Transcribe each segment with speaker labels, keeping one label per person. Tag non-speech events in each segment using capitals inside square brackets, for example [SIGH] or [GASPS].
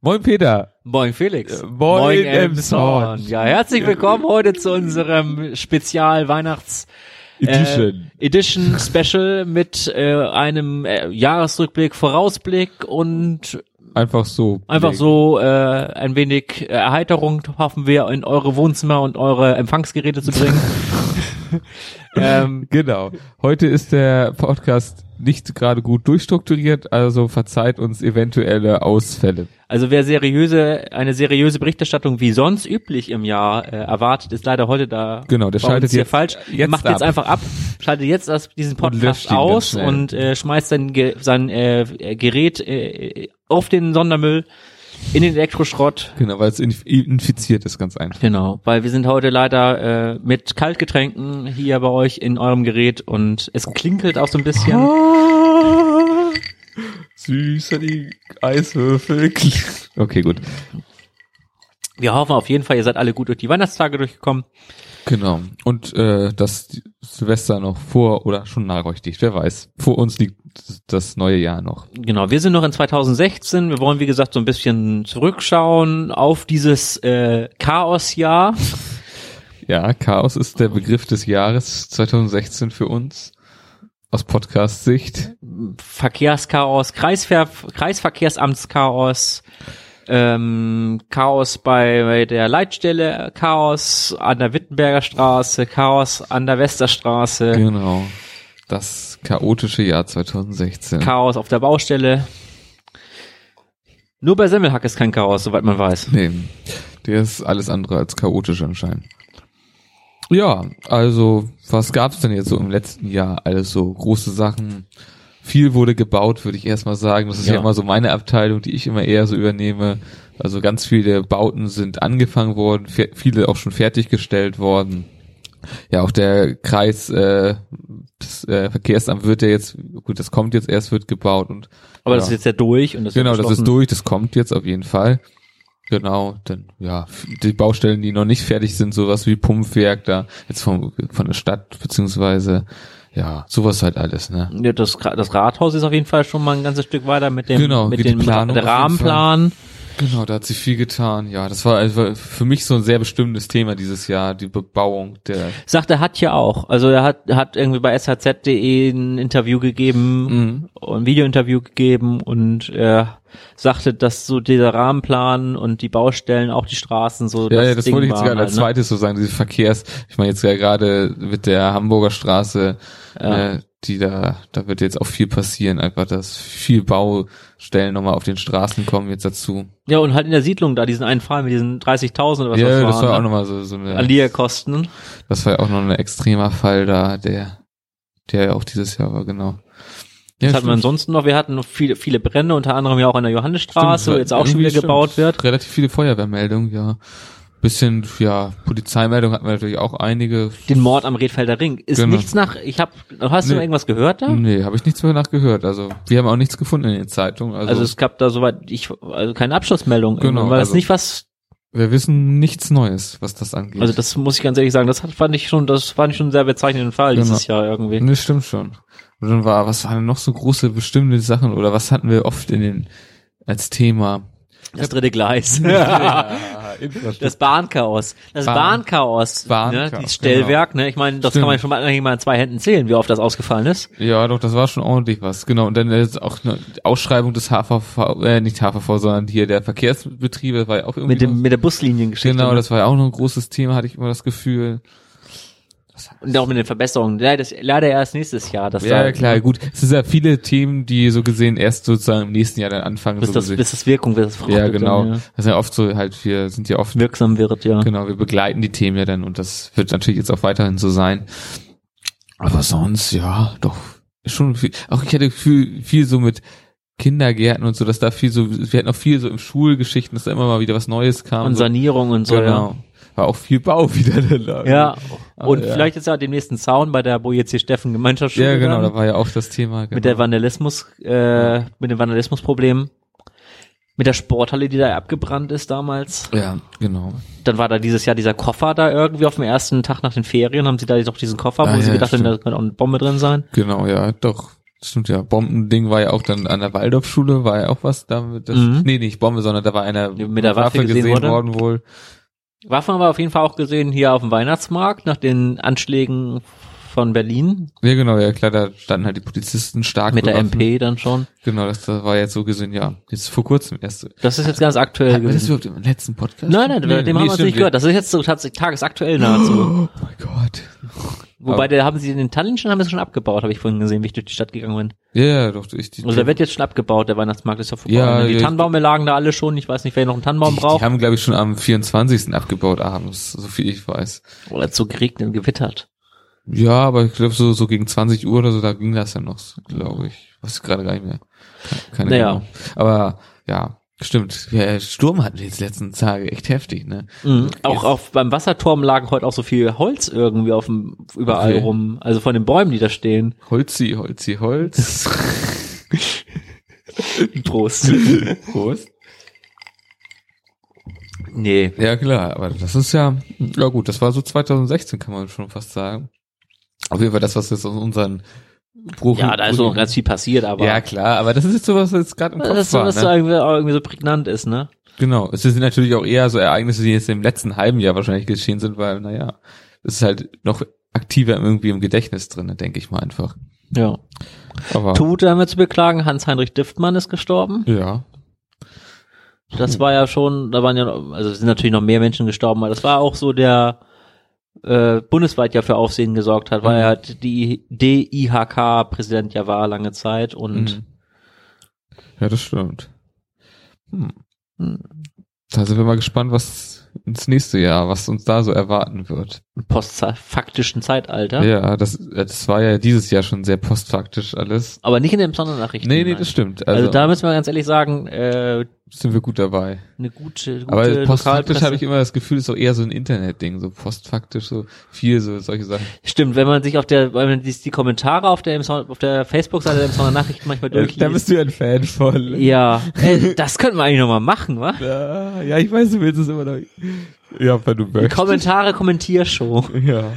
Speaker 1: Moin Peter.
Speaker 2: Moin Felix.
Speaker 1: Äh, moin, Emshorn.
Speaker 2: Ja, herzlich willkommen heute zu unserem Spezial Weihnachts
Speaker 1: Edition.
Speaker 2: Äh, Edition Special mit äh, einem äh, Jahresrückblick, Vorausblick und
Speaker 1: Einfach so.
Speaker 2: einfach so äh, ein wenig äh, Erheiterung hoffen wir in eure Wohnzimmer und eure Empfangsgeräte zu bringen.
Speaker 1: [LAUGHS]
Speaker 2: ähm,
Speaker 1: Genau. Heute ist der Podcast nicht gerade gut durchstrukturiert, also verzeiht uns eventuelle Ausfälle.
Speaker 2: also wer seriöse eine seriöse Berichterstattung wie sonst üblich im Jahr äh, erwartet, ist leider heute da
Speaker 1: Genau, der
Speaker 2: bei
Speaker 1: schaltet
Speaker 2: uns hier
Speaker 1: jetzt-
Speaker 2: falsch.
Speaker 1: jetzt
Speaker 2: macht jetzt
Speaker 1: ab.
Speaker 2: einfach ab, schaltet jetzt das, diesen
Speaker 1: löscht
Speaker 2: Podcast
Speaker 1: ihn ganz
Speaker 2: aus
Speaker 1: schnell.
Speaker 2: und äh, schmeißt sein, Ge sein äh, Gerät äh, auf den Sondermüll in den Elektroschrott.
Speaker 1: Genau, weil es inf infiziert ist, ganz einfach.
Speaker 2: Genau, weil wir sind heute leider äh, mit Kaltgetränken hier bei euch in eurem Gerät und es klinkelt auch so ein bisschen.
Speaker 1: Süß an Ah, die Eiswürfel. Okay, gut.
Speaker 2: Wir hoffen auf jeden Fall, ihr seid alle gut durch die Weihnachtstage durchgekommen.
Speaker 1: Genau. Und äh, dass die Silvester noch vor oder schon nach euch liegt, wer weiß. Vor uns liegt das neue Jahr noch.
Speaker 2: Genau, wir sind noch in 2016. Wir wollen, wie gesagt, so ein bisschen zurückschauen auf dieses äh, Chaosjahr.
Speaker 1: Ja, Chaos ist der Begriff des Jahres 2016 für uns. Aus Podcast-Sicht.
Speaker 2: Verkehrschaos, Kreisver Kreisverkehrsamtschaos, ähm, Chaos bei, bei der Leitstelle, Chaos an der Wittenberger Straße, Chaos an der Westerstraße,
Speaker 1: Genau. Das chaotische Jahr 2016.
Speaker 2: Chaos auf der Baustelle. Nur bei Semmelhack ist kein Chaos, soweit man weiß.
Speaker 1: nee, der ist alles andere als chaotisch anscheinend. Ja, also was gab's denn jetzt so im letzten Jahr? Alles so große Sachen. Viel wurde gebaut, würde ich erstmal sagen. Das ist ja.
Speaker 2: Ja.
Speaker 1: immer so meine Abteilung, die ich immer eher so übernehme. Also ganz viele Bauten sind angefangen worden, fe- viele auch schon fertiggestellt worden. Ja, auch der Kreis äh, das, äh, Verkehrsamt wird ja jetzt, gut, das kommt jetzt erst, wird gebaut und
Speaker 2: Aber
Speaker 1: ja.
Speaker 2: das ist jetzt ja durch und das
Speaker 1: Genau,
Speaker 2: wird
Speaker 1: das ist
Speaker 2: beschlossen.
Speaker 1: durch, das kommt jetzt auf jeden Fall. Genau, dann ja, die Baustellen, die noch nicht fertig sind, sowas wie Pumpwerk da, jetzt von, von der Stadt, beziehungsweise ja, sowas halt alles, ne?
Speaker 2: Ja, das, Gra- das Rathaus ist auf jeden Fall schon mal ein ganzes Stück weiter mit dem,
Speaker 1: Genau,
Speaker 2: mit
Speaker 1: geht die
Speaker 2: dem Ra-
Speaker 1: Planung
Speaker 2: der
Speaker 1: auf jeden
Speaker 2: Rahmenplan.
Speaker 1: Genau, da hat sich viel getan. Ja, das war also für mich so ein sehr bestimmendes Thema dieses Jahr, die Bebauung der
Speaker 2: Sagt er hat ja auch. Also er hat, hat irgendwie bei shz.de E ein Interview
Speaker 1: Mhm.
Speaker 2: gegeben, ein Videointerview gegeben und äh, sagte, dass so dieser Rahmenplan und die Baustellen, auch die Straßen so
Speaker 1: Ja, ja, das
Speaker 2: Ding
Speaker 1: wollte ich jetzt
Speaker 2: waren
Speaker 1: gerade
Speaker 2: halt,
Speaker 1: als
Speaker 2: ne?
Speaker 1: zweites so sagen, diese Verkehrs, ich meine jetzt ja gerade mit der Hamburger Straße, äh, die da, da wird jetzt auch viel passieren, einfach, dass viel Baustellen nochmal auf den Straßen kommen jetzt dazu.
Speaker 2: Ja, und halt in der Siedlung da, diesen einen Fall mit diesen 30.000 oder was
Speaker 1: ja, das
Speaker 2: waren,
Speaker 1: war auch
Speaker 2: ne?
Speaker 1: nochmal so, so
Speaker 2: an
Speaker 1: eine,
Speaker 2: Lehrkosten.
Speaker 1: das war ja auch noch ein extremer Fall da, der, der ja auch dieses Jahr war, genau. Ja,
Speaker 2: Was hatten
Speaker 1: stimmt.
Speaker 2: wir ansonsten noch? Wir hatten noch viele, viele Brände, unter anderem ja auch an der Johannesstraße,
Speaker 1: Stimmt,
Speaker 2: wo jetzt auch schon
Speaker 1: irgendwie
Speaker 2: wieder
Speaker 1: stimmt.
Speaker 2: gebaut wird.
Speaker 1: Relativ viele Feuerwehrmeldungen, ja. Bisschen, ja, Polizeimeldungen hatten wir natürlich auch einige.
Speaker 2: Den Mord am Redfelder Ring. Ist
Speaker 1: Genau.
Speaker 2: nichts nach, ich hab, hast du
Speaker 1: Nee.
Speaker 2: irgendwas gehört da?
Speaker 1: Nee, habe ich nichts mehr nachgehört. Also wir haben auch nichts gefunden in den Zeitungen. Also,
Speaker 2: Also, es gab da soweit, ich, also keine Abschlussmeldung.
Speaker 1: Genau,
Speaker 2: Genau. War das
Speaker 1: also-
Speaker 2: nicht was,
Speaker 1: wir wissen nichts Neues, was das angeht.
Speaker 2: also das muss ich ganz ehrlich sagen, das hat, fand ich schon, das fand ich schon einen sehr bezeichnenden Fall
Speaker 1: Genau.
Speaker 2: dieses Jahr irgendwie.
Speaker 1: nee, stimmt schon. Und dann war, was waren noch so große bestimmte Sachen oder was hatten wir oft in den als Thema?
Speaker 2: Das
Speaker 1: [LAUGHS]
Speaker 2: dritte Gleis.
Speaker 1: Infrastruktur.
Speaker 2: Das Bahnchaos. Das
Speaker 1: Bahn-
Speaker 2: Bahnchaos.
Speaker 1: Bahnchaos, genau.
Speaker 2: ne? Dieses Stellwerk, ne? Ich meine, das
Speaker 1: Stimmt.
Speaker 2: kann man schon mal, eigentlich mal an zwei Händen zählen, wie oft das ausgefallen ist.
Speaker 1: Ja, doch, das war schon ordentlich was. Genau. Und dann jetzt auch eine Ausschreibung des HVV, äh, nicht HVV, sondern hier der Verkehrsbetriebe war ja auch irgendwie.
Speaker 2: Mit dem,
Speaker 1: noch,
Speaker 2: mit der Busliniengeschichte.
Speaker 1: genau,
Speaker 2: ne?
Speaker 1: das war ja auch noch ein großes Thema, hatte ich immer das Gefühl.
Speaker 2: Und auch mit den Verbesserungen. Leider, das, leider erst nächstes Jahr, dass
Speaker 1: Ja,
Speaker 2: da,
Speaker 1: ja, klar, gut. Es sind ja viele Themen, die so gesehen erst sozusagen im nächsten Jahr dann anfangen.
Speaker 2: Bis
Speaker 1: so
Speaker 2: das,
Speaker 1: gesehen.
Speaker 2: bis das Wirkung, bis das fruchtet
Speaker 1: ja,
Speaker 2: dann,
Speaker 1: genau.
Speaker 2: ja.
Speaker 1: Das sind ja oft so halt, wir sind ja oft,
Speaker 2: wirksam wird, ja.
Speaker 1: genau, wir begleiten die Themen ja dann und das wird natürlich jetzt auch weiterhin so sein. Aber sonst, ja, doch, schon viel. Auch ich hatte viel, viel so mit Kindergärten und so, dass da viel so, wir hatten auch viel so im Schulgeschichten, dass da immer mal wieder was Neues kam.
Speaker 2: Und
Speaker 1: so.
Speaker 2: Sanierung und so, ja.
Speaker 1: Also Genau. War auch viel Bau [LAUGHS] wieder dann da.
Speaker 2: Ja, und
Speaker 1: ja.
Speaker 2: vielleicht ist ja demnächst ein Sound bei der Bojetzé Steffen Gemeinschaftsschule.
Speaker 1: Ja, genau,
Speaker 2: dann,
Speaker 1: da war ja auch das Thema. Genau.
Speaker 2: mit der Vandalismus, äh, mit dem Vandalismusproblem. Mit der Sporthalle, die da abgebrannt ist damals.
Speaker 1: ja, genau.
Speaker 2: Dann war da dieses Jahr dieser Koffer da irgendwie auf dem ersten Tag nach den Ferien, haben sie da doch diesen Koffer,
Speaker 1: Ah,
Speaker 2: wo sie
Speaker 1: ja,
Speaker 2: gedacht haben,
Speaker 1: stimmt.
Speaker 2: da könnte auch eine Bombe drin sein.
Speaker 1: Genau, ja, doch. Stimmt ja, Bombending war ja auch dann an der Waldorfschule, war ja auch was damit. Das,
Speaker 2: Mhm.
Speaker 1: Nee, nicht Bombe, sondern da war einer
Speaker 2: Mit der Waffe gesehen
Speaker 1: gesehen
Speaker 2: wurde?
Speaker 1: worden wohl.
Speaker 2: Waffen haben wir auf jeden Fall auch gesehen hier auf dem Weihnachtsmarkt nach den Anschlägen von Berlin
Speaker 1: Ja, genau, ja klar, da standen halt die Polizisten stark
Speaker 2: mit der
Speaker 1: bewaffnet.
Speaker 2: MP dann schon.
Speaker 1: Genau, das, das war jetzt so gesehen, ja, jetzt vor kurzem erst.
Speaker 2: Das ist jetzt ganz aktuell
Speaker 1: Hatten wir das
Speaker 2: gewesen.
Speaker 1: überhaupt im letzten Podcast?
Speaker 2: Äh, Nein, nein, nee, dem haben wir uns
Speaker 1: stimmt,
Speaker 2: nicht gehört. Das ist jetzt so tatsächlich tagesaktuell nahezu.
Speaker 1: [GASPS] Oh mein Gott.
Speaker 2: Wobei, da haben sie den Tallinnschen haben das schon abgebaut, habe ich vorhin gesehen, wie ich durch die Stadt gegangen bin.
Speaker 1: Ja, ja, doch, ich, die,
Speaker 2: Also der wird jetzt schon abgebaut, der Weihnachtsmarkt ist ja vorbei. Also
Speaker 1: Ja,
Speaker 2: die
Speaker 1: ja, ich-
Speaker 2: Tannenbäume lagen da alle schon. Ich weiß nicht, wer noch einen Tannenbaum
Speaker 1: die, die
Speaker 2: braucht.
Speaker 1: haben, glaube ich, schon am 24. abgebaut abends, so viel ich weiß.
Speaker 2: Oder so geregnet und gewittert.
Speaker 1: Ja, aber ich glaube, so, so gegen 20 Uhr oder so, da ging das ja noch, glaube ich. Weiß ich gerade gar nicht mehr. Keine
Speaker 2: Naja.
Speaker 1: Ahnung. Aber ja, stimmt. Ja, Sturm hatten wir jetzt letzten Tage echt heftig, ne?
Speaker 2: Mhm. Auch auf, beim Wasserturm lagen heute auch so viel Holz irgendwie auf dem, überall
Speaker 1: Okay.
Speaker 2: rum. Also von den Bäumen, die
Speaker 1: [LAUGHS]
Speaker 2: da stehen.
Speaker 1: Holzi, Holzi,
Speaker 2: [LAUGHS]
Speaker 1: Holz.
Speaker 2: Prost.
Speaker 1: Prost.
Speaker 2: nee.
Speaker 1: Ja, klar, aber das ist ja, ja gut, das war so 2016, kann man schon fast sagen. Auf jeden Fall das, was jetzt aus unseren Profi
Speaker 2: Ja, da ist noch ganz viel passiert, aber
Speaker 1: Ja, klar, aber das ist jetzt so, was jetzt gerade im Kopf
Speaker 2: das ist so,
Speaker 1: war.
Speaker 2: was halt-
Speaker 1: ne?
Speaker 2: so irgendwie, auch irgendwie so prägnant ist, ne?
Speaker 1: Genau, es sind natürlich auch eher so Ereignisse, die jetzt im letzten halben Jahr wahrscheinlich geschehen sind, weil, naja, es ist halt noch aktiver irgendwie im Gedächtnis drin, denke ich mal einfach.
Speaker 2: Ja.
Speaker 1: Aber
Speaker 2: Tote haben wir zu beklagen, Hans-Heinrich Diftmann ist gestorben.
Speaker 1: ja,
Speaker 2: Das war ja schon, da waren ja, noch- also es sind natürlich noch mehr Menschen gestorben, aber das war auch so der äh, bundesweit ja für Aufsehen gesorgt hat, weil
Speaker 1: Mhm.
Speaker 2: er hat die DIHK-Präsident ja war lange Zeit und
Speaker 1: mhm. ja, das stimmt. Hm.
Speaker 2: Hm.
Speaker 1: Da sind wir mal gespannt, was ins nächste Jahr, was uns da so erwarten wird.
Speaker 2: im postfaktischen Zeitalter.
Speaker 1: Mhm. Ja, das, äh, das war ja dieses Jahr schon sehr postfaktisch alles.
Speaker 2: Aber nicht in den Sondernachrichten.
Speaker 1: Nee, nee,
Speaker 2: nein.
Speaker 1: das stimmt.
Speaker 2: also,
Speaker 1: Also,
Speaker 2: da müssen wir ganz ehrlich sagen, äh,
Speaker 1: sind wir gut dabei.
Speaker 2: eine gute, gute
Speaker 1: Aber postfaktisch
Speaker 2: Lokalpresse-
Speaker 1: habe ich immer das Gefühl, ist auch eher so ein Internetding, so postfaktisch, so viel, so solche Sachen.
Speaker 2: Stimmt, wenn man sich auf der, wenn man die, die Kommentare auf der, Emsonner- auf der Facebook-Seite der Emsonner Nachrichten manchmal durchliest.
Speaker 1: Äh, Da bist du ja ein Fan von.
Speaker 2: Äh, ja, Ey, Äh, das könnten wir eigentlich nochmal machen, wa?
Speaker 1: Ja, ja, ich weiß, du willst es immer noch. Ja, wenn du
Speaker 2: Die
Speaker 1: möchtest.
Speaker 2: Kommentare, Kommentiershow.
Speaker 1: Ja,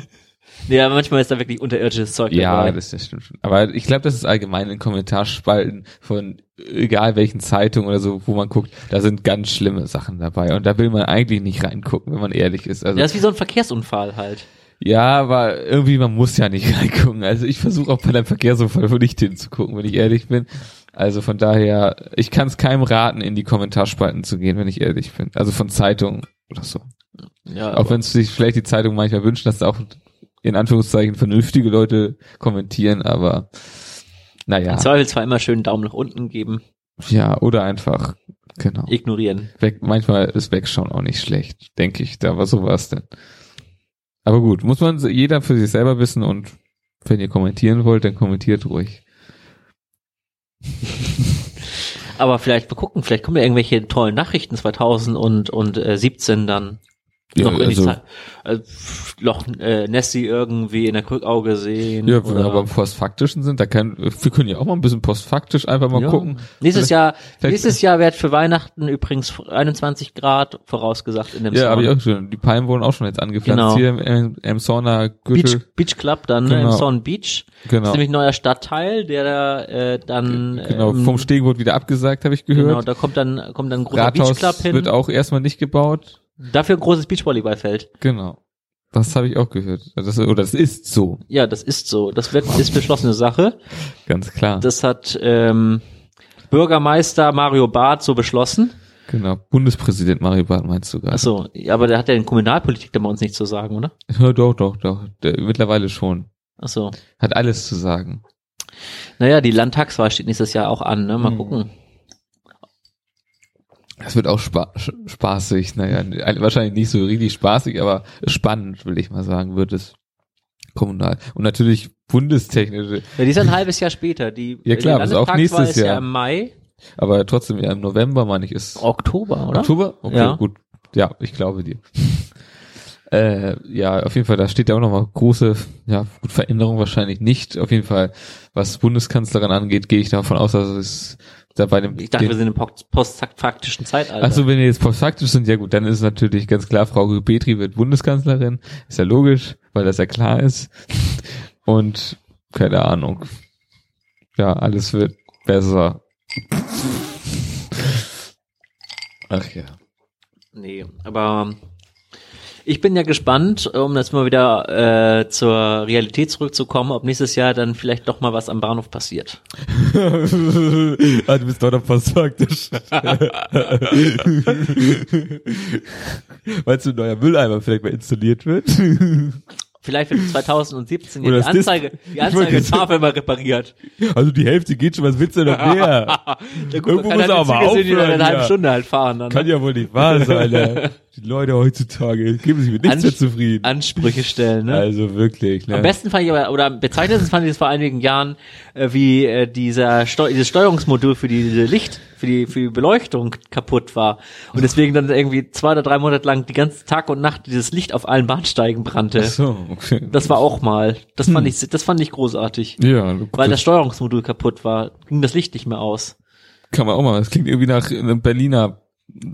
Speaker 2: Ja, manchmal ist da wirklich unterirdisches Zeug
Speaker 1: ja
Speaker 2: dabei.
Speaker 1: das, das stimmt schon. Aber ich glaube, das ist allgemein in Kommentarspalten von egal welchen Zeitungen oder so, wo man guckt, da sind ganz schlimme Sachen dabei. Und da will man eigentlich nicht reingucken, wenn man ehrlich ist. Also,
Speaker 2: das ist wie so ein Verkehrsunfall halt.
Speaker 1: Ja, aber irgendwie, man muss ja nicht [LAUGHS] reingucken. Also ich versuche auch bei deinem Verkehrsunfall wo nicht hinzugucken, wenn ich ehrlich bin. Also von daher, ich kann es keinem raten, in die Kommentarspalten zu gehen, wenn ich ehrlich bin. Also von Zeitungen oder so.
Speaker 2: Ja,
Speaker 1: Auch wenn sich vielleicht die Zeitung manchmal wünscht, dass da auch in Anführungszeichen vernünftige Leute kommentieren, aber naja.
Speaker 2: im Zweifelsfall immer schön Daumen nach unten geben,
Speaker 1: Ja, oder einfach, genau.
Speaker 2: ignorieren.
Speaker 1: Weg, manchmal ist Wegschauen auch nicht schlecht, denke ich. Da war so war es denn. Aber gut, muss man se- jeder für sich selber wissen und wenn ihr kommentieren wollt, dann kommentiert ruhig.
Speaker 2: Aber vielleicht, wir gucken, vielleicht kommen ja irgendwelche tollen Nachrichten 2017 äh, dann. noch in die Zeit. Also, pff, noch äh, Nessie irgendwie in der Krückauge sehen.
Speaker 1: ja, wenn wir
Speaker 2: oder-
Speaker 1: aber im postfaktischen sind, da können wir können ja auch mal ein bisschen postfaktisch einfach mal
Speaker 2: Ja.
Speaker 1: gucken.
Speaker 2: Nächstes Jahr,
Speaker 1: vielleicht-
Speaker 2: nächstes Jahr wird für Weihnachten übrigens 21 Grad vorausgesagt in dem
Speaker 1: Ja, habe ich
Speaker 2: Sauna.
Speaker 1: auch schon. Die Palmen wurden auch schon jetzt angepflanzt
Speaker 2: Genau.
Speaker 1: hier im, im, im Sauna
Speaker 2: Beach,
Speaker 1: Gürtel.
Speaker 2: Beach Club dann ne, im
Speaker 1: Genau.
Speaker 2: Sound Beach. Das ist
Speaker 1: Genau.
Speaker 2: nämlich ein neuer Stadtteil, der da äh, dann
Speaker 1: Genau,
Speaker 2: ähm,
Speaker 1: vom Stegen wurde wieder abgesagt, habe ich
Speaker 2: genau,
Speaker 1: gehört.
Speaker 2: da kommt dann kommt dann ein großer Beach
Speaker 1: Rathaus
Speaker 2: Club hin.
Speaker 1: wird auch erstmal nicht gebaut.
Speaker 2: Dafür ein großes Beachvolleyballfeld.
Speaker 1: Genau. Das habe ich auch gehört. Also Das, oder das ist so,
Speaker 2: Ja, das ist so. Das wird ist beschlossene Sache.
Speaker 1: ganz klar.
Speaker 2: Das hat ähm, Bürgermeister Mario Barth so beschlossen.
Speaker 1: Genau, Bundespräsident Mario Barth meinst du gerade.
Speaker 2: Achso, aber der hat ja in Kommunalpolitik da bei uns nichts zu sagen, oder?
Speaker 1: Ja, doch, doch, doch. Der, mittlerweile schon.
Speaker 2: Achso.
Speaker 1: Hat alles zu sagen.
Speaker 2: Naja, die Landtagswahl steht nächstes Jahr auch an, ne? Mal
Speaker 1: Mhm.
Speaker 2: gucken.
Speaker 1: Das wird auch spa sch- spaßig. Naja, wahrscheinlich nicht so richtig spaßig, aber spannend, will ich mal sagen, wird es. Kommunal. Und natürlich bundestechnisch,
Speaker 2: Ja, die ist ja ein halbes Jahr später. Die,
Speaker 1: Ja, klar,
Speaker 2: die
Speaker 1: das ist auch
Speaker 2: Landtagswahl
Speaker 1: nächstes
Speaker 2: ist ja
Speaker 1: Jahr.
Speaker 2: im Mai,
Speaker 1: aber trotzdem ja im November, meine ich, ist
Speaker 2: Oktober, oder?
Speaker 1: Oktober? Okay,
Speaker 2: Ja.
Speaker 1: gut. Ja, ich glaube dir. [LAUGHS] äh, ja, auf jeden Fall, da steht ja auch nochmal große ja, gut, Veränderung wahrscheinlich nicht. Auf jeden Fall, was Bundeskanzlerin angeht, gehe ich davon aus, dass es da bei dem...
Speaker 2: Ich dachte,
Speaker 1: den-
Speaker 2: wir sind im po- postfaktischen Zeitalter.
Speaker 1: Ach so, wenn wir jetzt postfaktisch sind, ja gut, dann ist natürlich ganz klar, Frau Petri wird Bundeskanzlerin. Ist ja logisch, weil das ja klar ist. Und keine Ahnung. Ja, alles wird besser. Ach ja.
Speaker 2: Nee, aber ich bin ja gespannt, um jetzt mal wieder äh, zur Realität zurückzukommen, ob nächstes Jahr dann vielleicht doch mal was am Bahnhof passiert.
Speaker 1: [LAUGHS] ah, du bist doch noch fast faktisch. Meinst du, ein neuer Mülleimer vielleicht mal installiert wird? [LAUGHS]
Speaker 2: Vielleicht wird 2017
Speaker 1: Oder
Speaker 2: die
Speaker 1: das Dis- [LAUGHS]
Speaker 2: Anzeige, die
Speaker 1: wollte
Speaker 2: Anzeigetafel mal repariert.
Speaker 1: also die Hälfte geht schon, was willst du
Speaker 2: [LAUGHS]
Speaker 1: noch mehr?
Speaker 2: Da guckt
Speaker 1: Irgendwo
Speaker 2: man kann
Speaker 1: muss
Speaker 2: halt
Speaker 1: er auch
Speaker 2: die
Speaker 1: mal
Speaker 2: Züge sehen, die dann
Speaker 1: aufhören,
Speaker 2: in einer halben
Speaker 1: ja.
Speaker 2: Stunde halt fahren. Dann,
Speaker 1: Kann ja wohl nicht wahr sein, ey. Die Leute heutzutage geben sich mit nichts
Speaker 2: Ansch-
Speaker 1: mehr zufrieden.
Speaker 2: Ansprüche stellen, ne?
Speaker 1: Also wirklich, ne?
Speaker 2: Am besten fand ich aber, oder am bezeichnendsten fand ich es vor einigen Jahren, äh, wie äh, dieser Steu dieses Steuerungsmodul für die, diese Licht, für die, für die Beleuchtung kaputt war. Und deswegen dann irgendwie zwei oder drei Monate lang die ganze Tag und Nacht dieses Licht auf allen Bahnsteigen brannte.
Speaker 1: Ach so, okay.
Speaker 2: Das Hm. war auch mal. Das fand ich, das fand ich großartig.
Speaker 1: ja,
Speaker 2: Weil das Steuerungsmodul kaputt war, ging das Licht nicht mehr aus.
Speaker 1: Kann man auch mal. Das klingt irgendwie nach einem Berliner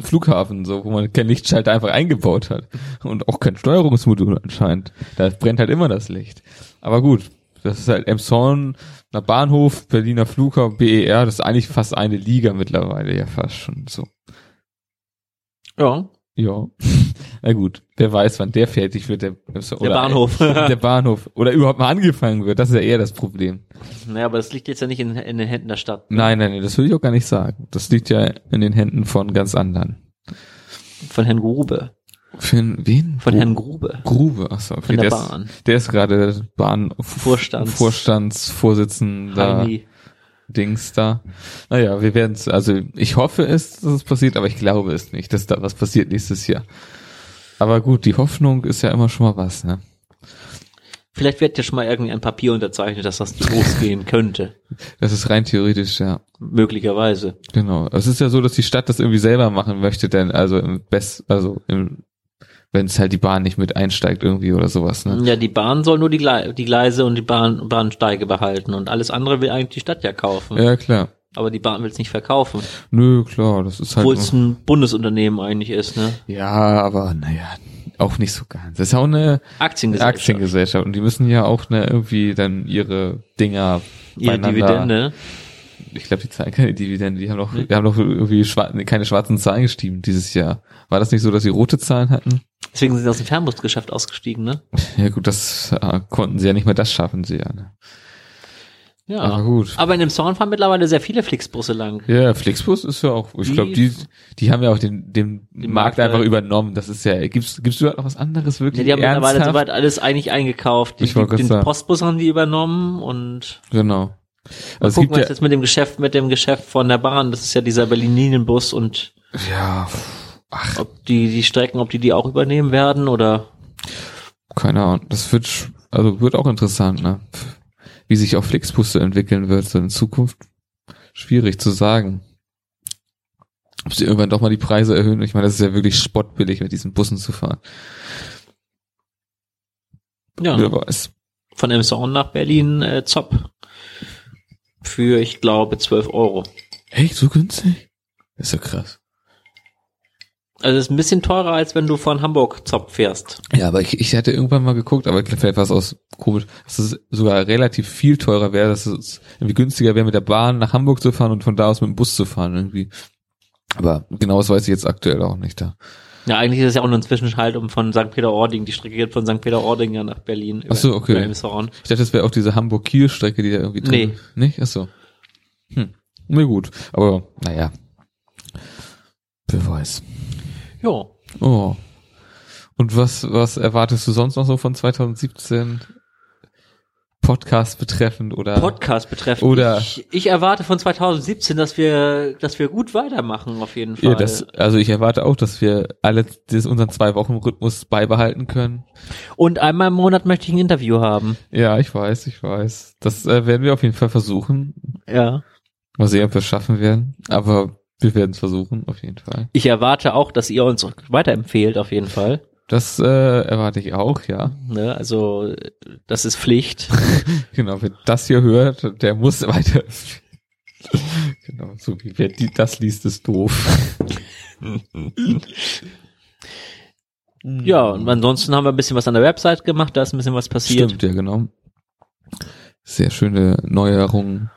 Speaker 1: Flughafen, so, wo man keinen Lichtschalter einfach eingebaut hat. Und auch kein Steuerungsmodul anscheinend. Da brennt halt immer das Licht. Aber gut, das ist halt Emshorn, na Bahnhof, Berliner Flughafen, BER, das ist eigentlich fast eine Liga mittlerweile, ja fast schon so.
Speaker 2: Ja,
Speaker 1: Ja. [LAUGHS] Na gut, wer weiß, wann der fertig wird, der, Emshorn-
Speaker 2: der
Speaker 1: oder- [LAUGHS]
Speaker 2: Bahnhof.
Speaker 1: Der Bahnhof. Oder überhaupt mal angefangen wird, das ist ja eher das Problem.
Speaker 2: naja, aber das liegt jetzt ja nicht in, in den Händen der Stadt.
Speaker 1: Nein, nein, nein, das will ich auch gar nicht sagen. Das liegt ja in den Händen von ganz anderen.
Speaker 2: Von Herrn Grube.
Speaker 1: Für wen?
Speaker 2: Von
Speaker 1: Gru-
Speaker 2: Herrn Grube.
Speaker 1: Grube, achso, okay.
Speaker 2: Von der
Speaker 1: der,
Speaker 2: Bahn.
Speaker 1: Ist, der ist gerade Bahn
Speaker 2: Vorstands-
Speaker 1: Vorstandsvorsitzender
Speaker 2: Heini.
Speaker 1: Dings da. Naja, wir werden es, also ich hoffe es, dass es passiert, aber ich glaube es nicht, dass da was passiert nächstes Jahr. Aber gut, die Hoffnung ist ja immer schon mal was, ne?
Speaker 2: Vielleicht wird ja schon mal irgendwie ein Papier unterzeichnet, dass das losgehen könnte.
Speaker 1: Das ist rein theoretisch, ja.
Speaker 2: Möglicherweise.
Speaker 1: Genau. Es ist ja so, dass die Stadt das irgendwie selber machen möchte, denn also im Best, also im, wenn es halt die Bahn nicht mit einsteigt irgendwie oder sowas, ne?
Speaker 2: Ja, die Bahn soll nur die, Gle die Gleise und die Bahn Bahnsteige behalten und alles andere will eigentlich die Stadt ja kaufen.
Speaker 1: Ja, klar.
Speaker 2: Aber die Bahn will es nicht verkaufen.
Speaker 1: Nö, klar, das ist halt.
Speaker 2: Obwohl es ein Bundesunternehmen eigentlich ist, ne?
Speaker 1: Ja, aber naja, auch nicht so ganz. Das ist auch eine
Speaker 2: Aktiengesellschaft.
Speaker 1: Aktiengesellschaft und die müssen ja auch ne, irgendwie dann ihre Dinger
Speaker 2: Ihre
Speaker 1: beieinander-
Speaker 2: Dividende.
Speaker 1: Ich glaube, die zahlen keine Dividende. Die haben doch, die haben doch irgendwie schwar keine schwarzen Zahlen gestiegen dieses Jahr. War das nicht so, dass sie rote Zahlen hatten?
Speaker 2: Deswegen sind sie aus dem Fernbusgeschäft ausgestiegen, ne?
Speaker 1: Ja gut, das äh, konnten sie ja nicht mehr, das schaffen sie ja. Ne?
Speaker 2: Ja.
Speaker 1: Aber Ah, gut.
Speaker 2: Aber in dem Zorn fahren mittlerweile sehr viele Flixbusse lang.
Speaker 1: Ja, Flixbus ist ja auch, ich glaube, die, die haben ja auch den, den, Markt
Speaker 2: Markt
Speaker 1: einfach
Speaker 2: halt.
Speaker 1: übernommen. Das ist ja, gibt's, gibt's überhaupt noch was anderes wirklich?
Speaker 2: Ja, die haben mittlerweile
Speaker 1: ernsthaft?
Speaker 2: soweit alles eigentlich eingekauft. Die,
Speaker 1: Ich wollte
Speaker 2: den
Speaker 1: gerade sagen.
Speaker 2: Postbus haben die übernommen und
Speaker 1: Genau. Also es
Speaker 2: gucken
Speaker 1: gibt
Speaker 2: wir
Speaker 1: ja,
Speaker 2: uns jetzt mit dem Geschäft, mit dem Geschäft von der Bahn. Das ist ja dieser Berlin-Linienbus und
Speaker 1: ja,
Speaker 2: ob die, die Strecken, ob die die auch übernehmen werden oder
Speaker 1: keine Ahnung. Das wird, sch- also wird auch interessant, ne? Wie sich auch Flixbus so entwickeln wird, so in Zukunft. Schwierig zu sagen. Ob sie irgendwann doch mal die Preise erhöhen. Ich meine, das ist ja wirklich spottbillig, mit diesen Bussen zu fahren.
Speaker 2: ja,
Speaker 1: Wer weiß.
Speaker 2: von Emshorn nach Berlin äh, Zopp. Für, ich glaube, 12 Euro.
Speaker 1: Echt, so günstig? Das ist ja krass.
Speaker 2: Also ist ein bisschen teurer, als wenn du von Hamburg Zopp fährst.
Speaker 1: Ja, aber ich, ich hatte irgendwann mal geguckt, aber vielleicht war es aus komisch, dass es sogar relativ viel teurer wäre, dass es irgendwie günstiger wäre, mit der Bahn nach Hamburg zu fahren und von da aus mit dem Bus zu fahren irgendwie. Aber genau das weiß ich jetzt aktuell auch nicht da.
Speaker 2: Ja, eigentlich ist es ja auch nur ein Zwischenschalt um von St. Peter-Ording. Die Strecke geht von St. Peter-Ording ja nach Berlin. über-
Speaker 1: Ach so, okay.
Speaker 2: über Emshorn.
Speaker 1: Ich dachte, das wäre auch diese Hamburg-Kiel-Strecke, die da irgendwie drin
Speaker 2: Nee.
Speaker 1: Nicht? Ach so. Hm. Na gut, aber naja. Wer weiß.
Speaker 2: Jo.
Speaker 1: Oh. Und was, was erwartest du sonst noch so von 2017? Podcast betreffend oder?
Speaker 2: Podcast betreffend.
Speaker 1: Oder-
Speaker 2: ich, ich erwarte von 2017, dass wir, dass wir gut weitermachen auf jeden Fall.
Speaker 1: Ja, das, also ich erwarte auch, dass wir alle das, unseren Zwei-Wochen-Rhythmus beibehalten können.
Speaker 2: Und einmal im Monat möchte ich ein Interview haben.
Speaker 1: Ja, ich weiß, ich weiß. Das äh, werden wir auf jeden Fall versuchen.
Speaker 2: Ja.
Speaker 1: Mal sehen, ob wir es schaffen werden. Aber wir werden es versuchen, auf jeden Fall.
Speaker 2: Ich erwarte auch, dass ihr uns weiterempfehlt auf jeden Fall.
Speaker 1: Das äh, erwarte ich auch, ja.
Speaker 2: Ne? Also äh, das ist Pflicht.
Speaker 1: Genau, wer das hier hört, der muss weiter. [LAUGHS] genau, so wie wer die, das liest, ist doof. [LAUGHS]
Speaker 2: ja, und ansonsten haben wir ein bisschen was an der Website gemacht, da ist ein bisschen was passiert.
Speaker 1: Stimmt, ja, genau. Sehr schöne Neuerungen.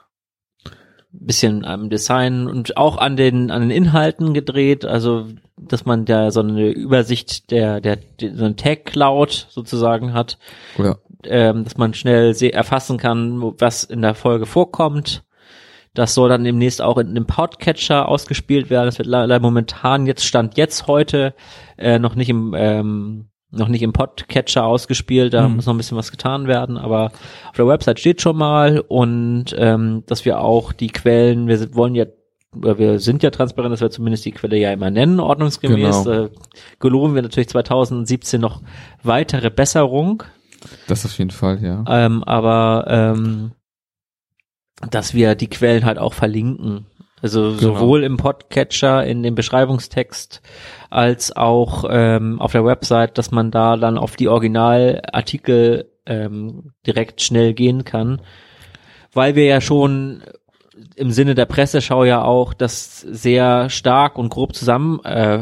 Speaker 2: bisschen am Design und auch an den an den Inhalten gedreht, also dass man da so eine Übersicht der der, der so eine Tag Cloud sozusagen hat,
Speaker 1: Ja.
Speaker 2: ähm, dass man schnell se- erfassen kann, wo- was in der Folge vorkommt. Das soll dann demnächst auch in einem Podcatcher ausgespielt werden. Das wird leider momentan jetzt stand jetzt heute äh, noch nicht im ähm, noch nicht im Podcatcher ausgespielt. Da
Speaker 1: Mhm.
Speaker 2: muss noch ein bisschen was getan werden. Aber auf der Website steht schon mal und ähm, dass wir auch die Quellen. Wir sind- wollen ja oder wir sind ja transparent, dass wir zumindest die Quelle ja immer nennen, ordnungsgemäß.
Speaker 1: Genau.
Speaker 2: Äh, geloben wir natürlich 2017 noch weitere Besserung
Speaker 1: Das auf jeden Fall, ja.
Speaker 2: ähm, aber ähm, dass wir die Quellen halt auch verlinken. Also
Speaker 1: Genau.
Speaker 2: sowohl im Podcatcher, in dem Beschreibungstext, als auch ähm, auf der Website, dass man da dann auf die Originalartikel ähm, direkt schnell gehen kann. Weil wir ja schon im Sinne der Presseschau ja auch das sehr stark und grob zusammen äh, äh,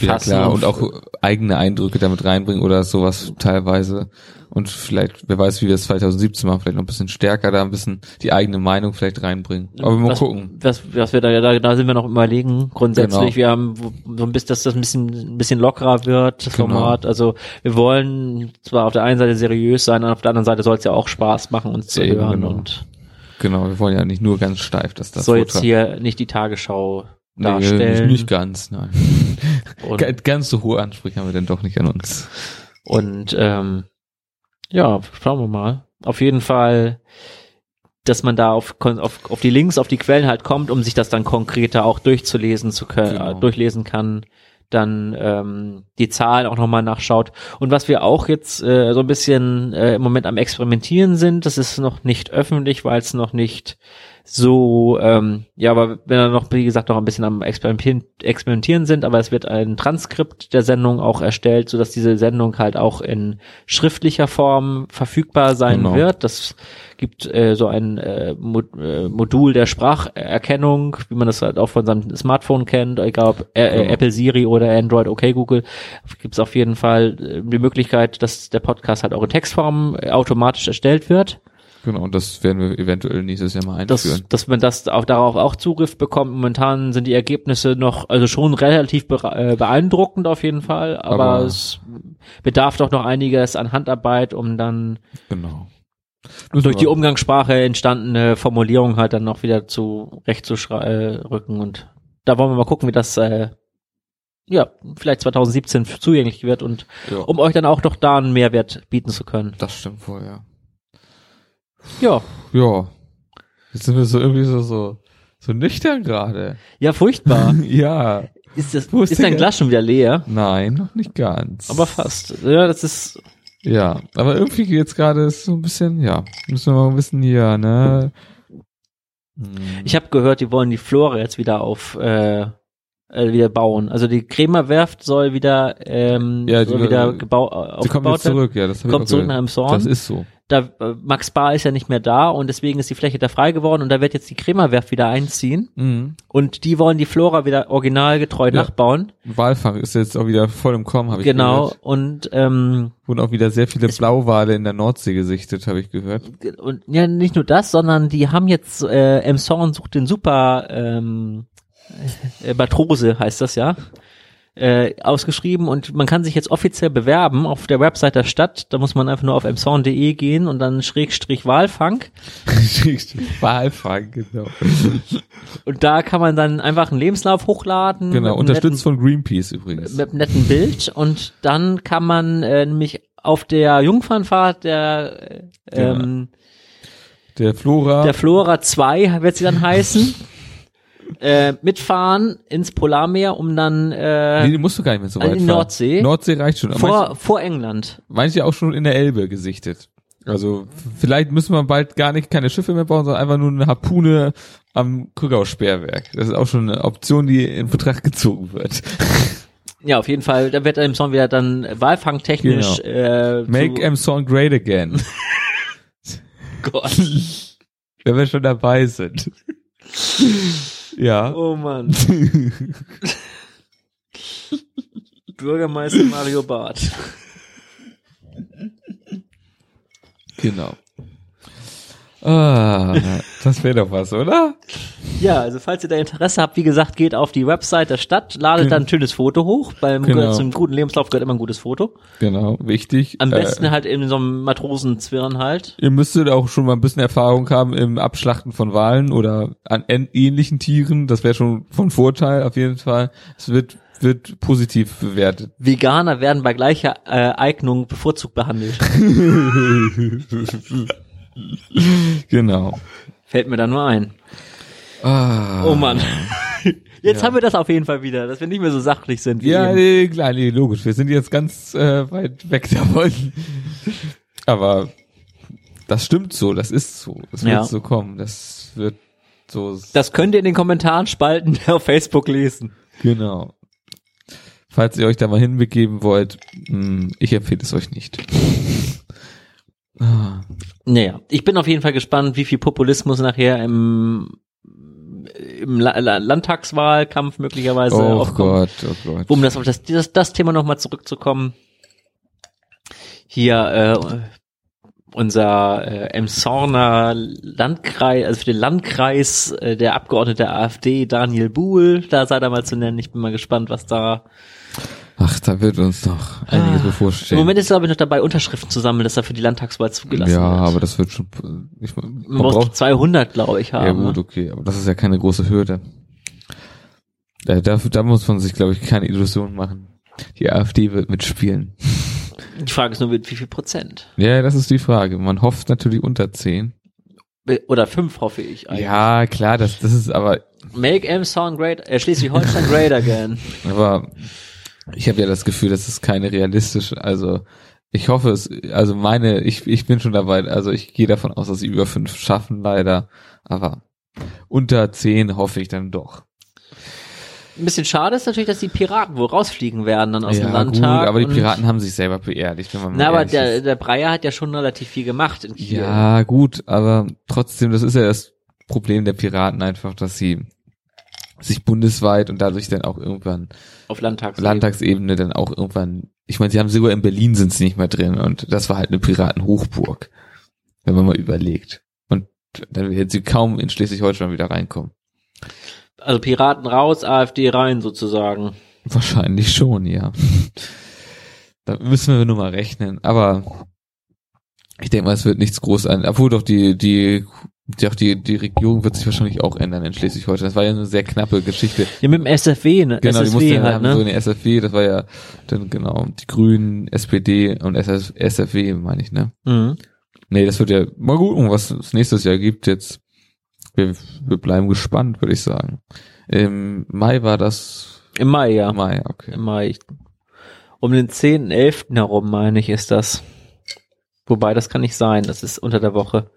Speaker 1: Ja
Speaker 2: fassen
Speaker 1: klar, und auch eigene Eindrücke damit reinbringen oder sowas teilweise. Und vielleicht, wer weiß, wie wir es 2017 machen, vielleicht noch ein bisschen stärker da ein bisschen die eigene Meinung vielleicht reinbringen. Aber mal
Speaker 2: was,
Speaker 1: gucken.
Speaker 2: Was, was wir da, da, da sind wir noch im überlegen. Grundsätzlich,
Speaker 1: Genau.
Speaker 2: wir haben wo- so ein bisschen, dass das ein bisschen, ein bisschen lockerer wird, das
Speaker 1: Genau.
Speaker 2: Format. Also wir wollen zwar auf der einen Seite seriös sein, auf der anderen Seite soll es ja auch Spaß machen, uns zu
Speaker 1: Eben,
Speaker 2: hören.
Speaker 1: genau.
Speaker 2: Und
Speaker 1: Genau, wir wollen ja nicht nur ganz steif, dass das halt
Speaker 2: soll jetzt
Speaker 1: Vortrag-
Speaker 2: hier nicht die Tagesschau
Speaker 1: nee,
Speaker 2: darstellen.
Speaker 1: nicht, nicht ganz, nein.
Speaker 2: und
Speaker 1: Ganz- Ganz so hohe Ansprüche haben wir denn doch nicht an uns.
Speaker 2: Und ähm, ja, schauen wir mal. Auf jeden Fall, dass man da auf, kon- auf, auf die Links, auf die Quellen halt kommt, um sich das dann konkreter auch durchzulesen zu können,
Speaker 1: Genau.
Speaker 2: äh, durchlesen kann, dann ähm, die Zahlen auch nochmal nachschaut. Und was wir auch jetzt äh, so ein bisschen äh, im Moment am Experimentieren sind, das ist noch nicht öffentlich, weil es noch nicht so, ähm, ja, aber wenn wir noch, wie gesagt, noch ein bisschen am Experimentieren, Experimentieren sind, aber es wird ein Transkript der Sendung auch erstellt, sodass diese Sendung halt auch in schriftlicher Form verfügbar sein
Speaker 1: Genau.
Speaker 2: wird. Das gibt äh, so ein äh, Mo äh, Modul der Spracherkennung, wie man das halt auch von seinem Smartphone kennt, egal ob Ä- äh,
Speaker 1: Genau.
Speaker 2: Apple Siri oder Android, okay Google, gibt es auf jeden Fall äh, die Möglichkeit, dass der Podcast halt auch in Textform äh, automatisch erstellt wird
Speaker 1: Genau, und das werden wir eventuell nächstes Jahr mal
Speaker 2: dass,
Speaker 1: einführen.
Speaker 2: dass man das auch darauf auch Zugriff bekommt. Momentan sind die Ergebnisse noch, also schon relativ bere- äh, beeindruckend auf jeden Fall, aber,
Speaker 1: Aber-
Speaker 2: es bedarf doch noch einiges an Handarbeit, um dann
Speaker 1: genau.
Speaker 2: durch die Umgangssprache entstandene Formulierung halt dann noch wieder zu recht zu schrei- äh, rücken und da wollen wir mal gucken, wie das äh, ja, vielleicht 2017 zugänglich wird und
Speaker 1: Ja,
Speaker 2: um euch dann auch noch da einen Mehrwert bieten zu können.
Speaker 1: das stimmt wohl, ja.
Speaker 2: Ja,
Speaker 1: Ja. Jetzt sind wir so irgendwie so, so, so nüchtern gerade. [LAUGHS]
Speaker 2: ja furchtbar.
Speaker 1: ja.
Speaker 2: Ist, das,
Speaker 1: Wo ist
Speaker 2: ist
Speaker 1: denn
Speaker 2: dein
Speaker 1: der-
Speaker 2: Glas schon wieder leer?
Speaker 1: Nein, noch nicht ganz.
Speaker 2: Aber fast. Ja, das ist
Speaker 1: Ja, aber irgendwie geht's gerade ist so ein bisschen, ja, müssen wir mal wissen hier, ne? Hm.
Speaker 2: Ich habe gehört, die wollen die Flora jetzt wieder auf äh, äh, wieder bauen. Also die Krämer Werft soll wieder ähm,
Speaker 1: Ja, die-
Speaker 2: soll wieder
Speaker 1: äh,
Speaker 2: gebau äh,
Speaker 1: Sie kommen
Speaker 2: aufgebaut
Speaker 1: jetzt
Speaker 2: werden.
Speaker 1: zurück, ja, das hab ich
Speaker 2: Kommt
Speaker 1: auch
Speaker 2: zurück nach
Speaker 1: gehört. Das
Speaker 2: dem Zorn.
Speaker 1: ist so.
Speaker 2: Da äh, Max Bar ist ja nicht mehr da und deswegen ist die Fläche da frei geworden und da wird jetzt die Krämer Werft wieder einziehen
Speaker 1: Mhm.
Speaker 2: und die wollen die Flora wieder originalgetreu nachbauen.
Speaker 1: Walfang ist jetzt auch wieder voll im Kommen, habe ich
Speaker 2: Genau
Speaker 1: gehört.
Speaker 2: und ähm,
Speaker 1: Wurden auch wieder sehr viele
Speaker 2: Es-
Speaker 1: Blauwale in der Nordsee gesichtet, habe ich
Speaker 2: [LAUGHS]
Speaker 1: gehört.
Speaker 2: und ja, nicht nur das, sondern die haben jetzt äh, M. Zorn sucht den super ähm, äh, Matrose heißt das ja. Äh, ausgeschrieben und man kann sich jetzt offiziell bewerben auf der Website der Stadt. Da muss man einfach nur auf msorn.de gehen und dann Schrägstrich Wahlfang.
Speaker 1: Walfang, genau.
Speaker 2: Und da kann man dann einfach einen Lebenslauf hochladen.
Speaker 1: [LAUGHS]
Speaker 2: mit
Speaker 1: Genau,
Speaker 2: einem
Speaker 1: unterstützt von
Speaker 2: netten,
Speaker 1: Greenpeace übrigens.
Speaker 2: mit einem netten Bild und dann kann man äh, nämlich auf der Jungfernfahrt der äh,
Speaker 1: Ja.
Speaker 2: ähm,
Speaker 1: Der Flora.
Speaker 2: Der Flora 2 wird sie dann heißen.
Speaker 1: [LAUGHS]
Speaker 2: äh, mitfahren ins Polarmeer, um dann
Speaker 1: Nee,
Speaker 2: äh,
Speaker 1: die musst du gar nicht mehr so
Speaker 2: an
Speaker 1: weit
Speaker 2: die
Speaker 1: fahren.
Speaker 2: Nordsee.
Speaker 1: Nordsee reicht schon.
Speaker 2: vor, vor England.
Speaker 1: manche auch schon in der Elbe gesichtet. Also vielleicht müssen wir bald gar nicht keine Schiffe mehr bauen, sondern einfach nur eine Harpune am Krückau-Sperrwerk. Das ist auch schon eine Option, die in Betracht gezogen
Speaker 2: [LAUGHS]
Speaker 1: wird.
Speaker 2: Ja, auf jeden Fall. Da wird im Song wieder dann walfangtechnisch äh,
Speaker 1: Genau. Make
Speaker 2: zu,
Speaker 1: Amazon great again,
Speaker 2: Gott.
Speaker 1: [LAUGHS] wenn wir schon dabei
Speaker 2: [LAUGHS]
Speaker 1: sind. ja.
Speaker 2: Oh Mann.
Speaker 1: [LAUGHS]
Speaker 2: Bürgermeister Mario Barth.
Speaker 1: Genau. Ah, das wäre doch was, oder?
Speaker 2: Ja, also falls ihr da Interesse habt, wie gesagt, geht auf die Website der Stadt, ladet dann ein schönes Foto hoch. Beim
Speaker 1: Genau.
Speaker 2: zum guten Lebenslauf gehört immer ein gutes Foto.
Speaker 1: Genau, wichtig.
Speaker 2: Am
Speaker 1: Äh,
Speaker 2: besten halt in so einem Matrosenzwirren halt.
Speaker 1: Ihr müsstet auch schon mal ein bisschen Erfahrung haben im Abschlachten von Walen oder an ähn- ähnlichen Tieren. Das wäre schon von Vorteil auf jeden Fall. Es wird, wird positiv bewertet.
Speaker 2: Veganer werden bei gleicher äh, Eignung
Speaker 1: [LAUGHS]
Speaker 2: bevorzugt behandelt.
Speaker 1: Genau.
Speaker 2: Fällt mir da nur ein.
Speaker 1: Ah.
Speaker 2: Oh Mann. [LAUGHS] Jetzt haben wir das auf jeden Fall wieder, dass wir nicht mehr so sachlich sind wie
Speaker 1: Ja,
Speaker 2: eben.
Speaker 1: nee, klar, nee, logisch. Wir sind jetzt ganz äh, weit weg [LAUGHS] davon. Aber das stimmt so, das ist so. Das wird
Speaker 2: Ja.
Speaker 1: so kommen. Das wird so.
Speaker 2: Das könnt ihr in den Kommentaren spalten [LAUGHS] auf Facebook lesen.
Speaker 1: Genau. Falls ihr euch da mal hinbegeben wollt, mh, ich empfehle es euch nicht. Ah,
Speaker 2: Naja, ich bin auf jeden Fall gespannt, wie viel Populismus nachher im, im La La Landtagswahlkampf möglicherweise
Speaker 1: oh
Speaker 2: aufkommt.
Speaker 1: Gott, oh Gott.
Speaker 2: Um das auf das, das, das Thema nochmal zurückzukommen. Hier, äh, unser äh, Emshorner Landkreis, also für den Landkreis äh, der Abgeordnete der AfD, Daniel Buhl, da sei da mal zu nennen. Ich bin mal gespannt, was da
Speaker 1: Ach, da wird uns noch einiges
Speaker 2: Ah,
Speaker 1: bevorstehen.
Speaker 2: Im Moment ist er, glaube ich, noch dabei, Unterschriften zu sammeln, dass er für die Landtagswahl zugelassen
Speaker 1: ja,
Speaker 2: wird.
Speaker 1: aber das wird schon. Ich, man
Speaker 2: Man braucht
Speaker 1: braucht,
Speaker 2: 200, glaube ich, haben. ne?
Speaker 1: ja gut, okay, aber das ist ja keine große Hürde. Da, da, da muss man sich, glaube ich, keine Illusion machen. Die AfD wird mitspielen.
Speaker 2: Die Frage ist nur, wie wie viel Prozent?
Speaker 1: Ja, das ist die Frage. Man hofft natürlich unter 10.
Speaker 2: Oder fünf, hoffe ich. eigentlich.
Speaker 1: Ja, klar, das, das ist aber
Speaker 2: Make M sound great, äh, Schleswig-Holstein great again.
Speaker 1: Aber ich habe ja das Gefühl, das ist keine realistische, also ich hoffe es, also meine, ich, ich bin schon dabei, also ich gehe davon aus, dass sie über fünf schaffen leider, aber unter zehn hoffe ich dann doch.
Speaker 2: Ein bisschen schade ist natürlich, dass die Piraten wohl rausfliegen werden dann aus dem Landtag.
Speaker 1: aber die
Speaker 2: und-
Speaker 1: Piraten haben sich selber beerdigt, wenn man mal
Speaker 2: Na, aber
Speaker 1: ehrlich
Speaker 2: der,
Speaker 1: ist.
Speaker 2: der Breyer hat ja schon relativ viel gemacht in Kiel.
Speaker 1: Ja, gut, aber trotzdem, das ist ja das Problem der Piraten einfach, dass sie sich bundesweit und dadurch dann auch irgendwann
Speaker 2: Auf Landtags.
Speaker 1: Landtagsebene dann auch irgendwann, ich meine, sie haben sogar in Berlin sind sie nicht mehr drin und das war halt eine Piratenhochburg, wenn man mal überlegt. Und dann wird sie kaum in Schleswig-Holstein wieder reinkommen.
Speaker 2: Also Piraten raus, AfD rein sozusagen.
Speaker 1: Wahrscheinlich schon, ja. Da müssen wir nur mal rechnen, aber ich denke mal, es wird nichts groß an, obwohl doch die, die, doch die, die Regierung wird sich wahrscheinlich auch ändern in Schleswig-Holstein. Das war ja eine sehr knappe Geschichte.
Speaker 2: Ja, mit dem SFW, ne?
Speaker 1: Genau, die mussten
Speaker 2: SSW
Speaker 1: ja
Speaker 2: halt,
Speaker 1: haben
Speaker 2: ne?
Speaker 1: so eine SFW, das war ja dann genau die Grünen, SPD und SS, SFW, meine ich, ne?
Speaker 2: mhm.
Speaker 1: Nee, das wird ja mal gucken, was es nächstes Jahr gibt jetzt. Wir, wir bleiben gespannt, würde ich sagen. Im Mai war das
Speaker 2: Im Mai, ja.
Speaker 1: Mai, okay.
Speaker 2: Immer ich, um den 10., 11. herum, meine ich, ist das. Wobei, das kann nicht sein, das ist unter der Woche.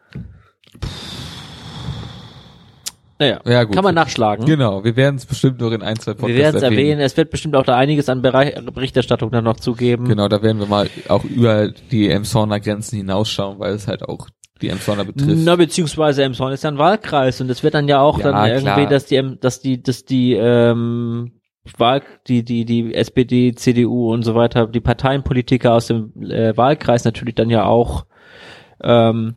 Speaker 2: Naja,
Speaker 1: Ja, gut.
Speaker 2: kann man nachschlagen.
Speaker 1: Genau, wir werden es bestimmt noch in ein, zwei
Speaker 2: Hm? Wir
Speaker 1: Podcasts
Speaker 2: werden es erwähnen, es wird bestimmt auch da einiges an Bereich, Berichterstattung dann noch zugeben.
Speaker 1: Genau, da werden wir mal auch über die Emshorner Grenzen hinausschauen, weil es halt auch die Emshorner betrifft.
Speaker 2: Na, beziehungsweise Emshorn ist ja ein Wahlkreis und es wird dann ja auch
Speaker 1: Ja,
Speaker 2: dann irgendwie,
Speaker 1: klar.
Speaker 2: dass die, Em- dass die, dass die, ähm, Wahl, die, die, die SPD, CDU und so weiter, die Parteienpolitiker aus dem äh, Wahlkreis natürlich dann ja auch, ähm,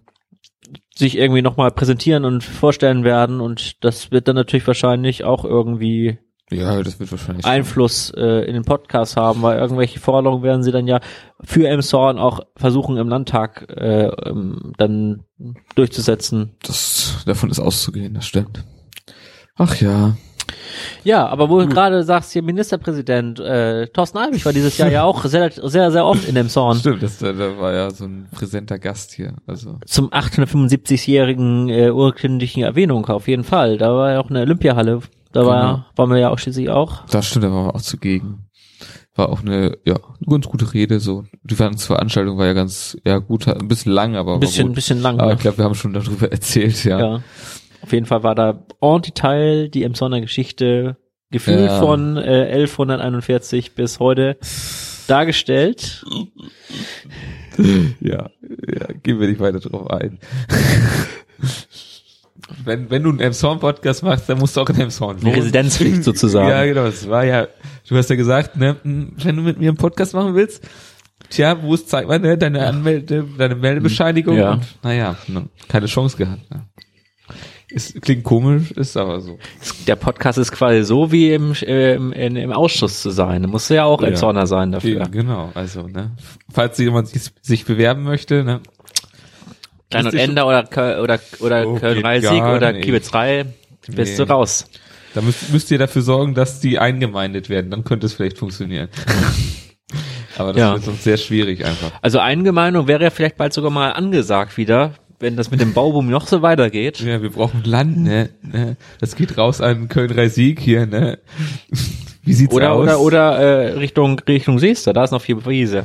Speaker 2: sich irgendwie nochmal präsentieren und vorstellen werden und das wird dann natürlich wahrscheinlich auch irgendwie
Speaker 1: Ja, das wird wahrscheinlich.
Speaker 2: Einfluss äh, in den Podcast haben, weil irgendwelche Forderungen werden sie dann ja für Emshorn auch versuchen im Landtag äh, ähm, dann durchzusetzen.
Speaker 1: das, davon ist auszugehen, das stimmt. Ach ja.
Speaker 2: Ja, aber wo du gerade sagst, hier Ministerpräsident äh, Thorsten Albig war dieses Jahr ja auch sehr, sehr, sehr oft in Emshorn.
Speaker 1: Stimmt, das, da, da war ja so ein präsenter Gast hier. Also
Speaker 2: Zum 875-jährigen äh, urkündlichen Erwähnung auf jeden Fall. Da war ja auch eine Olympiahalle. Da war, waren wir ja auch schließlich auch.
Speaker 1: das stimmt, da waren wir auch zugegen. War auch eine, ja, eine ganz gute Rede. So die Veranstaltung war ja ganz, ja gut, hat- ein bisschen lang, aber
Speaker 2: Ein
Speaker 1: war
Speaker 2: bisschen, ein
Speaker 1: gut.
Speaker 2: bisschen lang.
Speaker 1: Aber
Speaker 2: ne?
Speaker 1: ich glaube, wir haben schon darüber [LAUGHS] erzählt, ja.
Speaker 2: Ja. Auf jeden Fall war da en Detail die Emsonner Geschichte gefühlt
Speaker 1: Ja.
Speaker 2: von äh, 1141 bis heute dargestellt.
Speaker 1: Ja, ja, gehen wir nicht weiter drauf
Speaker 2: [LAUGHS]
Speaker 1: ein. wenn, wenn du einen Emshorn-Podcast machst, dann musst du auch in Emshorn
Speaker 2: Eine Residenzpflicht
Speaker 1: [LAUGHS]
Speaker 2: sozusagen.
Speaker 1: Ja, genau. Das war ja, du hast ja gesagt, ne, hm, wenn du mit mir einen Podcast machen willst, tja, wo ist, zeig mal ne, deine Anmelde, deine Meldebescheinigung.
Speaker 2: Ja.
Speaker 1: Und, naja, ne, keine Chance gehabt. Ne. Ist, klingt komisch, ist aber so.
Speaker 2: Der Podcast ist quasi so wie im, äh, im, in, im Ausschuss zu sein. Da musst du ja auch
Speaker 1: Ja.
Speaker 2: ein Zorner sein dafür.
Speaker 1: Ja. Genau, also, ne. Falls jemand sich, sich bewerben möchte, ne,
Speaker 2: Klein und
Speaker 1: Ist die
Speaker 2: Ender oder, Kö- oder, oder
Speaker 1: Oh,
Speaker 2: Köln
Speaker 1: geht
Speaker 2: Reisig
Speaker 1: gar
Speaker 2: oder
Speaker 1: nicht.
Speaker 2: Kiebitz Reil, bist
Speaker 1: Nee.
Speaker 2: du raus.
Speaker 1: da müsst, müsst ihr dafür sorgen, dass die eingemeindet werden. Dann könnte es vielleicht
Speaker 2: [LAUGHS]
Speaker 1: funktionieren. aber das
Speaker 2: Ja.
Speaker 1: wird sonst sehr schwierig einfach.
Speaker 2: Also Eingemeindung wäre ja vielleicht bald sogar mal angesagt wieder, wenn das mit dem Bauboom noch so weitergeht.
Speaker 1: Ja, wir brauchen Land, ne? ne. Das geht raus an Köln-Reisig hier, ne? [LAUGHS] Wie sieht's
Speaker 2: Oder,
Speaker 1: aus?
Speaker 2: oder, oder äh, Richtung, Richtung Seester, da ist noch viel Wiese.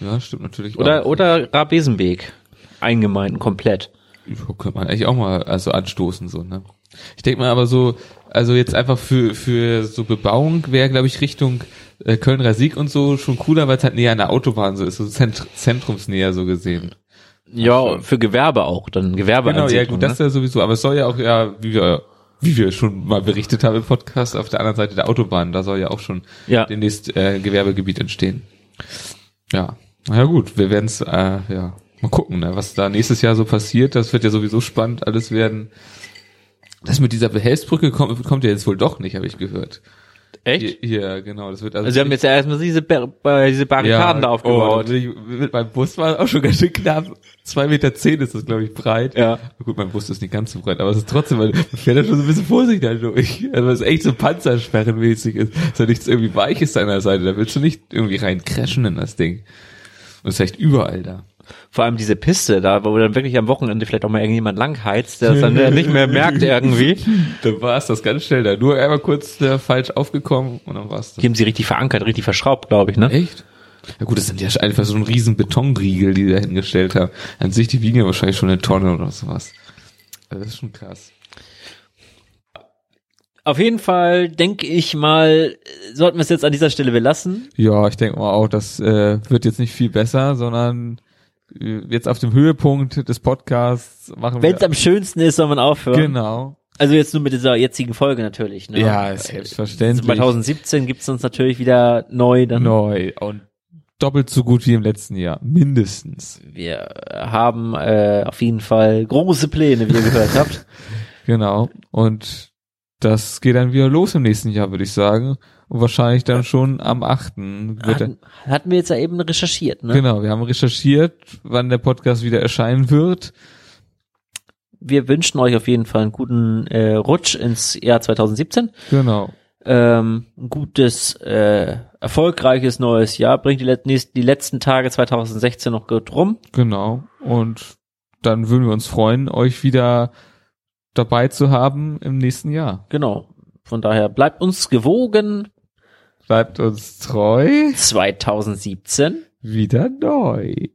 Speaker 1: Ja, stimmt natürlich.
Speaker 2: Oder,
Speaker 1: auch.
Speaker 2: oder Rabesenweg. Eingemeinden komplett.
Speaker 1: Ja, könnte man eigentlich auch mal also anstoßen so ne ich denke mal aber so also jetzt einfach für für so Bebauung wäre glaube ich Richtung äh, Köln Rasik und so schon cooler weil es halt näher an der Autobahn so ist so Zent zentrumsnäher so gesehen
Speaker 2: Ja, für Gewerbe auch, dann Gewerbe
Speaker 1: genau ja gut das
Speaker 2: ne?
Speaker 1: ja sowieso aber es soll ja auch ja wie wir wie wir schon mal berichtet haben im Podcast auf der anderen Seite der Autobahn da soll ja auch schon
Speaker 2: Ja.
Speaker 1: demnächst äh, Gewerbegebiet entstehen ja na ja gut wir werden's äh, ja mal gucken ne, was da nächstes Jahr so passiert das wird ja sowieso spannend alles werden das mit dieser Behelfsbrücke kommt, kommt ja jetzt wohl doch nicht, habe ich gehört.
Speaker 2: Echt?
Speaker 1: Ja, genau. Das wird
Speaker 2: Also sie haben jetzt ja erstmal diese, Ber äh, diese Barrikaden da aufgebaut.
Speaker 1: Oh, ich- mit meinem Bus war es auch schon ganz schön knapp. Zwei Meter zehn ist das, glaube ich, breit.
Speaker 2: Ja.
Speaker 1: Gut, mein Bus ist nicht ganz so breit, aber es ist trotzdem, man fährt da schon so ein bisschen vorsichtig halt durch. Also es ist echt so panzersperrenmäßig ist. Es ist ja nichts irgendwie Weiches an der Seite. Da willst du nicht irgendwie rein crashen in das Ding. Und es ist echt überall da.
Speaker 2: Vor allem diese Piste da, wo dann wirklich am Wochenende vielleicht auch mal irgendjemand langheizt, der
Speaker 1: [LAUGHS]
Speaker 2: es dann nicht mehr merkt irgendwie.
Speaker 1: Da war es das ganz schnell da. Nur einmal kurz äh, falsch aufgekommen und dann war es das.
Speaker 2: Die haben sie richtig verankert, richtig verschraubt, glaube ich, ne?
Speaker 1: Echt? Ja gut, das sind ja einfach so ein riesen Betonriegel, die die da hingestellt haben. An sich, die wiegen ja wahrscheinlich schon eine Tonne oder sowas. Also das ist schon krass.
Speaker 2: Auf jeden Fall denke ich mal, sollten wir es jetzt an dieser Stelle belassen.
Speaker 1: Ja, ich denke mal auch, das äh, wird jetzt nicht viel besser, sondern äh, jetzt auf dem Höhepunkt des Podcasts machen
Speaker 2: Wenn es
Speaker 1: wir...
Speaker 2: am schönsten ist, soll man aufhören.
Speaker 1: Genau.
Speaker 2: Also jetzt nur mit dieser jetzigen Folge natürlich. Ne?
Speaker 1: Ja,
Speaker 2: Äh,
Speaker 1: selbstverständlich.
Speaker 2: 2017 gibt's uns natürlich wieder neu. Dann
Speaker 1: Neu und doppelt so gut wie im letzten Jahr. Mindestens.
Speaker 2: Wir haben äh, auf jeden Fall große Pläne, wie ihr gehört habt.
Speaker 1: Genau. Und das geht dann wieder los im nächsten Jahr, würde ich sagen. Und wahrscheinlich dann schon am 8. wird dann
Speaker 2: Hatten, hatten wir jetzt ja eben recherchiert, ne?
Speaker 1: Genau, wir haben recherchiert, wann der Podcast wieder erscheinen wird.
Speaker 2: Wir wünschen euch auf jeden Fall einen guten äh, Rutsch ins Jahr 2017.
Speaker 1: Genau.
Speaker 2: ähm, ein gutes, äh, erfolgreiches neues Jahr. Bringt die, let nächst- die letzten Tage 2016 noch gut rum.
Speaker 1: Genau. Und dann würden wir uns freuen, euch wieder dabei zu haben im nächsten Jahr.
Speaker 2: Genau. Von daher bleibt uns gewogen.
Speaker 1: Bleibt uns treu.
Speaker 2: 2017.
Speaker 1: Wieder neu.